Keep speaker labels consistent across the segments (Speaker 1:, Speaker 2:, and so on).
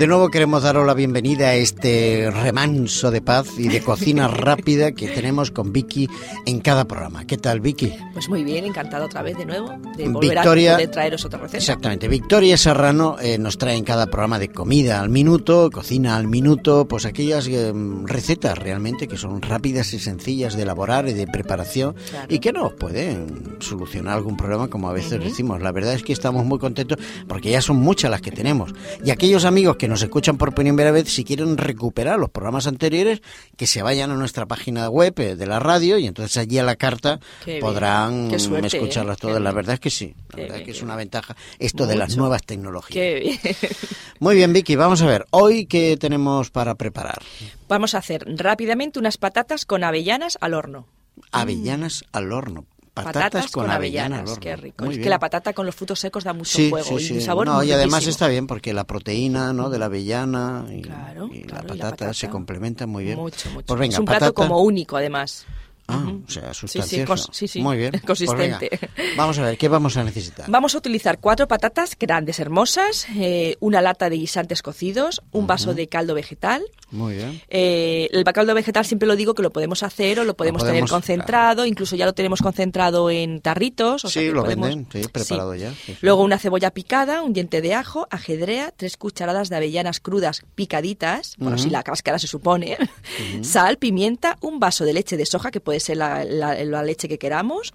Speaker 1: De nuevo queremos daros la bienvenida a este remanso de paz y de cocina rápida que tenemos con Vicky en cada programa. ¿Qué tal, Vicky?
Speaker 2: Pues muy bien, encantada otra vez de nuevo de volver
Speaker 1: Victoria,
Speaker 2: a de traeros otra receta.
Speaker 1: Exactamente. Victoria Serrano eh, nos trae en cada programa de comida al minuto, cocina al minuto, pues aquellas eh, recetas realmente que son rápidas y sencillas de elaborar y de preparación
Speaker 2: Claro.
Speaker 1: y que nos pueden solucionar algún problema como a veces
Speaker 2: Ujú.
Speaker 1: decimos. La verdad es que estamos muy contentos porque ya son muchas las que tenemos. Y aquellos amigos que nos escuchan por primera vez, si quieren recuperar los programas anteriores, que se vayan a nuestra página web eh, de la radio y entonces allí a la carta
Speaker 2: Qué bien.
Speaker 1: podrán
Speaker 2: Qué suerte,
Speaker 1: escucharlas
Speaker 2: ¿eh?
Speaker 1: todas.
Speaker 2: Qué
Speaker 1: La
Speaker 2: bien.
Speaker 1: verdad es que sí. La
Speaker 2: Qué
Speaker 1: verdad es
Speaker 2: bien,
Speaker 1: que es
Speaker 2: qué
Speaker 1: una
Speaker 2: bien.
Speaker 1: ventaja esto de las
Speaker 2: Mucho.
Speaker 1: nuevas tecnologías.
Speaker 2: Qué bien.
Speaker 1: Muy bien, Vicky, vamos a ver. Hoy, ¿qué tenemos para preparar?
Speaker 2: Vamos a hacer rápidamente unas patatas con avellanas al horno.
Speaker 1: Avellanas al horno. Patatas, con, avellanas, al horno.
Speaker 2: qué rico.
Speaker 1: Muy
Speaker 2: es
Speaker 1: bien.
Speaker 2: que la patata con los frutos secos da mucho
Speaker 1: Sí,
Speaker 2: juego
Speaker 1: sí,
Speaker 2: y
Speaker 1: sí.
Speaker 2: un sabor
Speaker 1: no, y además
Speaker 2: riquísimo.
Speaker 1: está bien porque la proteína ¿no? de la avellana y,
Speaker 2: Claro,
Speaker 1: y la,
Speaker 2: claro, y
Speaker 1: patata se complementan muy bien.
Speaker 2: Mucho, mucho.
Speaker 1: Pues venga,
Speaker 2: es un
Speaker 1: patata.
Speaker 2: plato como único, además.
Speaker 1: Ah,
Speaker 2: Ujú.
Speaker 1: o sea,
Speaker 2: Sí, sí,
Speaker 1: sustancioso.
Speaker 2: cos- sí, sí,
Speaker 1: Muy bien. Pues venga,
Speaker 2: consistente.
Speaker 1: vamos a ver, ¿qué vamos a necesitar?
Speaker 2: Vamos a utilizar cuatro patatas grandes, hermosas, eh, una lata de guisantes cocidos, un vaso de caldo vegetal.
Speaker 1: Muy bien.
Speaker 2: Eh, el caldo vegetal siempre lo digo que lo podemos hacer o lo podemos, tener
Speaker 1: podemos,
Speaker 2: concentrado, incluso ya lo tenemos concentrado en tarritos. O sea
Speaker 1: Sí,
Speaker 2: que
Speaker 1: lo
Speaker 2: podemos-
Speaker 1: venden, sí, preparado ya, sí, sí.
Speaker 2: Luego una cebolla picada, un diente de ajo, ajedrea, tres cucharadas de avellanas crudas picaditas, bueno,
Speaker 1: Ujú.
Speaker 2: si la cáscara se supone, sal, pimienta, un vaso de leche de soja, que puede ser la, la- la leche que queramos,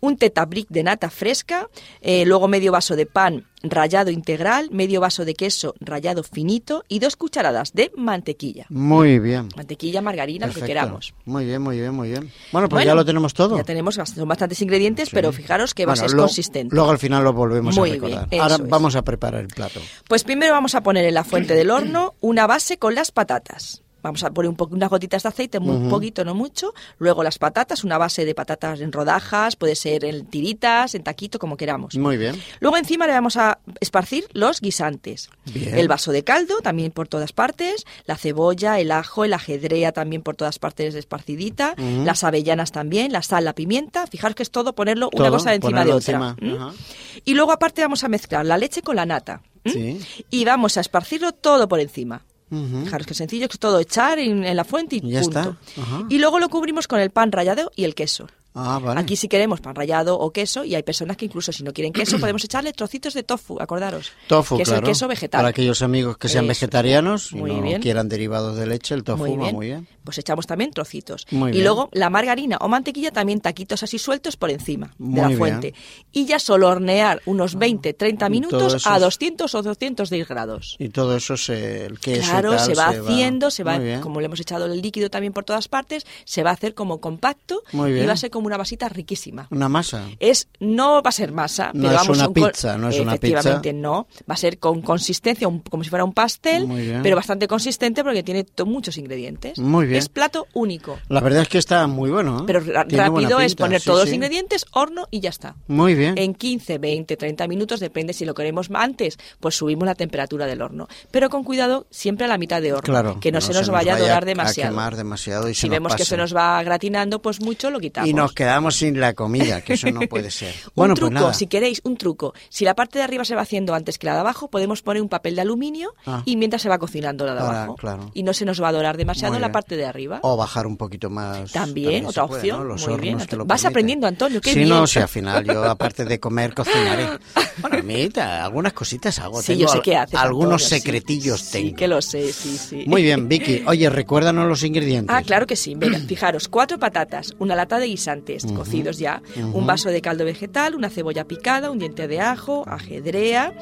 Speaker 2: un tetabric de nata fresca, eh, luego medio vaso de pan rallado integral, medio vaso de queso rallado finito y dos cucharadas de mantequilla.
Speaker 1: Muy bien.
Speaker 2: Mantequilla, margarina, lo
Speaker 1: Perfecto.
Speaker 2: que queramos.
Speaker 1: Muy bien, muy bien, muy bien. Bueno, pues
Speaker 2: Bueno,
Speaker 1: ya lo tenemos todo.
Speaker 2: Ya tenemos bast- son bastantes ingredientes,
Speaker 1: Sí.
Speaker 2: pero fijaros que va
Speaker 1: Bueno,
Speaker 2: a ser
Speaker 1: lo-
Speaker 2: consistente.
Speaker 1: Luego al final lo volvemos
Speaker 2: Muy
Speaker 1: a recordar.
Speaker 2: bien, eso
Speaker 1: Ahora
Speaker 2: es.
Speaker 1: vamos a preparar el plato.
Speaker 2: Pues primero vamos a poner en la fuente del horno una base con las patatas. Vamos a poner un po- unas gotitas de aceite, muy
Speaker 1: Ujú.
Speaker 2: poquito, no mucho. Luego las patatas, una base de patatas en rodajas, puede ser en tiritas, en taquito, como queramos.
Speaker 1: Muy bien.
Speaker 2: Luego encima le vamos a esparcir los guisantes.
Speaker 1: Bien.
Speaker 2: El vaso de caldo también por todas partes, la cebolla, el ajo, el ajedrea también por todas partes esparcidita,
Speaker 1: Ujú.
Speaker 2: las avellanas también, la sal, la pimienta. Fijaros que es todo ponerlo una
Speaker 1: Todo,
Speaker 2: cosa encima de
Speaker 1: ponerlo
Speaker 2: otra.
Speaker 1: encima,
Speaker 2: ¿Mm?
Speaker 1: ajá.
Speaker 2: Y luego aparte vamos a mezclar la leche con la nata. ¿Mm?
Speaker 1: Sí.
Speaker 2: Y vamos a esparcirlo todo por encima.
Speaker 1: Ujú.
Speaker 2: Fijaros que sencillo, que es todo echar en, en la fuente y
Speaker 1: Ya
Speaker 2: punto.
Speaker 1: está, ajá.
Speaker 2: Y luego lo cubrimos con el pan rallado y el queso.
Speaker 1: Ah, vale.
Speaker 2: Aquí si queremos pan rallado o queso, y hay personas que incluso si no quieren queso, podemos echarle trocitos de tofu, acordaros.
Speaker 1: Tofu,
Speaker 2: que
Speaker 1: claro.
Speaker 2: es el queso vegetal.
Speaker 1: Para aquellos amigos que sean
Speaker 2: Eso.
Speaker 1: vegetarianos y
Speaker 2: Muy
Speaker 1: no
Speaker 2: bien.
Speaker 1: quieran derivados de leche, el tofu
Speaker 2: muy
Speaker 1: va
Speaker 2: bien.
Speaker 1: muy bien.
Speaker 2: Pues echamos también trocitos.
Speaker 1: Muy
Speaker 2: y
Speaker 1: bien.
Speaker 2: luego la margarina o mantequilla también taquitos así sueltos por encima
Speaker 1: Muy
Speaker 2: de la
Speaker 1: bien.
Speaker 2: fuente. Y ya solo hornear unos 20, 30
Speaker 1: Y todo
Speaker 2: minutos
Speaker 1: eso
Speaker 2: a
Speaker 1: es-
Speaker 2: 200 o 210 grados.
Speaker 1: Y todo eso se, el queso y
Speaker 2: Claro,
Speaker 1: tal,
Speaker 2: se va haciendo, se va,
Speaker 1: Muy bien.
Speaker 2: como le hemos echado el líquido también por todas partes, se va a hacer como compacto
Speaker 1: Muy bien.
Speaker 2: y va a ser como una vasita riquísima.
Speaker 1: Una masa.
Speaker 2: Es no va a ser masa,
Speaker 1: No
Speaker 2: pero
Speaker 1: es
Speaker 2: vamos
Speaker 1: una
Speaker 2: son con-
Speaker 1: pizza, no es una
Speaker 2: efectivamente
Speaker 1: pizza.
Speaker 2: no, va a ser con consistencia un- como si fuera un pastel,
Speaker 1: Muy bien.
Speaker 2: pero bastante consistente porque tiene to- muchos ingredientes.
Speaker 1: Muy bien.
Speaker 2: Es plato único,
Speaker 1: La verdad es que está muy bueno. ¿eh?
Speaker 2: pero ra-
Speaker 1: Tiene buena
Speaker 2: rápido es
Speaker 1: pinta,
Speaker 2: poner
Speaker 1: sí,
Speaker 2: todos los
Speaker 1: sí.
Speaker 2: ingredientes, horno y ya está.
Speaker 1: Muy bien.
Speaker 2: En 15, 20, 30 minutos, depende si lo queremos antes, pues subimos la temperatura del horno. Pero con cuidado, siempre a la mitad de horno,
Speaker 1: Claro,
Speaker 2: que no, se nos vaya a dorar demasiado.
Speaker 1: A quemar demasiado y se
Speaker 2: si
Speaker 1: nos
Speaker 2: vemos que
Speaker 1: pase.
Speaker 2: se nos va gratinando, pues mucho lo quitamos.
Speaker 1: Y nos quedamos sin la comida, que eso no puede ser.
Speaker 2: Un
Speaker 1: bueno,
Speaker 2: truco,
Speaker 1: pues nada.
Speaker 2: si queréis, un truco. Si la parte de arriba se va haciendo antes que la de abajo, podemos poner un papel de aluminio
Speaker 1: Ah.
Speaker 2: y mientras se va cocinando la de
Speaker 1: Ahora,
Speaker 2: abajo.
Speaker 1: claro.
Speaker 2: Y no se nos va a dorar demasiado
Speaker 1: Muy
Speaker 2: la
Speaker 1: bien.
Speaker 2: parte de arriba.
Speaker 1: O bajar un poquito más.
Speaker 2: También,
Speaker 1: se
Speaker 2: otra
Speaker 1: puede,
Speaker 2: opción.
Speaker 1: ¿no? Los
Speaker 2: Muy bien,
Speaker 1: hornos que lo
Speaker 2: vas
Speaker 1: permiten.
Speaker 2: aprendiendo, Antonio, qué
Speaker 1: sí,
Speaker 2: bien.
Speaker 1: no, sí, al final yo, aparte de comer, cocinaré. Bueno, a mí ta- algunas cositas hago.
Speaker 2: sí,
Speaker 1: Tengo
Speaker 2: yo sé
Speaker 1: al-
Speaker 2: qué haces.
Speaker 1: Algunos
Speaker 2: Antonio, sí.
Speaker 1: secretillos
Speaker 2: sí,
Speaker 1: tengo.
Speaker 2: que lo sé, sí, sí.
Speaker 1: Muy bien, Vicky. Oye, recuérdanos los ingredientes.
Speaker 2: Ah, claro que sí. Venga, fijaros, cuatro patatas, una lata de guisantes cocidos ya, un vaso de caldo vegetal, una cebolla picada, un diente de ajo, ajedrea,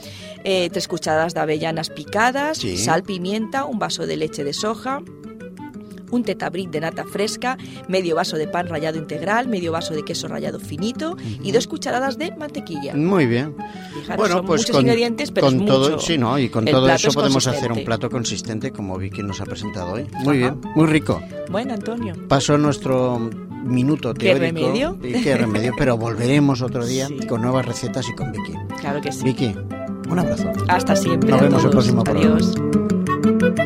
Speaker 2: eh, tres cucharadas de avellanas picadas,
Speaker 1: Sí.
Speaker 2: sal, pimienta, un vaso de leche de soja. Un tetabric de nata fresca, medio vaso de pan rallado integral, medio vaso de queso rallado finito y dos cucharadas de mantequilla.
Speaker 1: Muy bien.
Speaker 2: Fijaros,
Speaker 1: Mm, bueno,
Speaker 2: son
Speaker 1: pues
Speaker 2: muchos
Speaker 1: con,
Speaker 2: ingredientes, pero
Speaker 1: con
Speaker 2: es
Speaker 1: todo,
Speaker 2: mucho.
Speaker 1: sí, ¿no? Y con
Speaker 2: El
Speaker 1: todo
Speaker 2: plato
Speaker 1: eso
Speaker 2: es
Speaker 1: podemos hacer un
Speaker 2: consistente.
Speaker 1: plato consistente como Vicky nos ha presentado hoy. Muy
Speaker 2: Ajá.
Speaker 1: bien, muy rico.
Speaker 2: Bueno, Antonio.
Speaker 1: Pasó nuestro minuto
Speaker 2: ¿Qué
Speaker 1: teórico.
Speaker 2: remedio?
Speaker 1: Y qué remedio, pero volveremos otro día
Speaker 2: Sí.
Speaker 1: con nuevas recetas y con Vicky.
Speaker 2: Claro que sí.
Speaker 1: Vicky, un abrazo.
Speaker 2: Hasta siempre.
Speaker 1: Nos
Speaker 2: a
Speaker 1: vemos el
Speaker 2: todos.
Speaker 1: próximo programa.
Speaker 2: Adiós.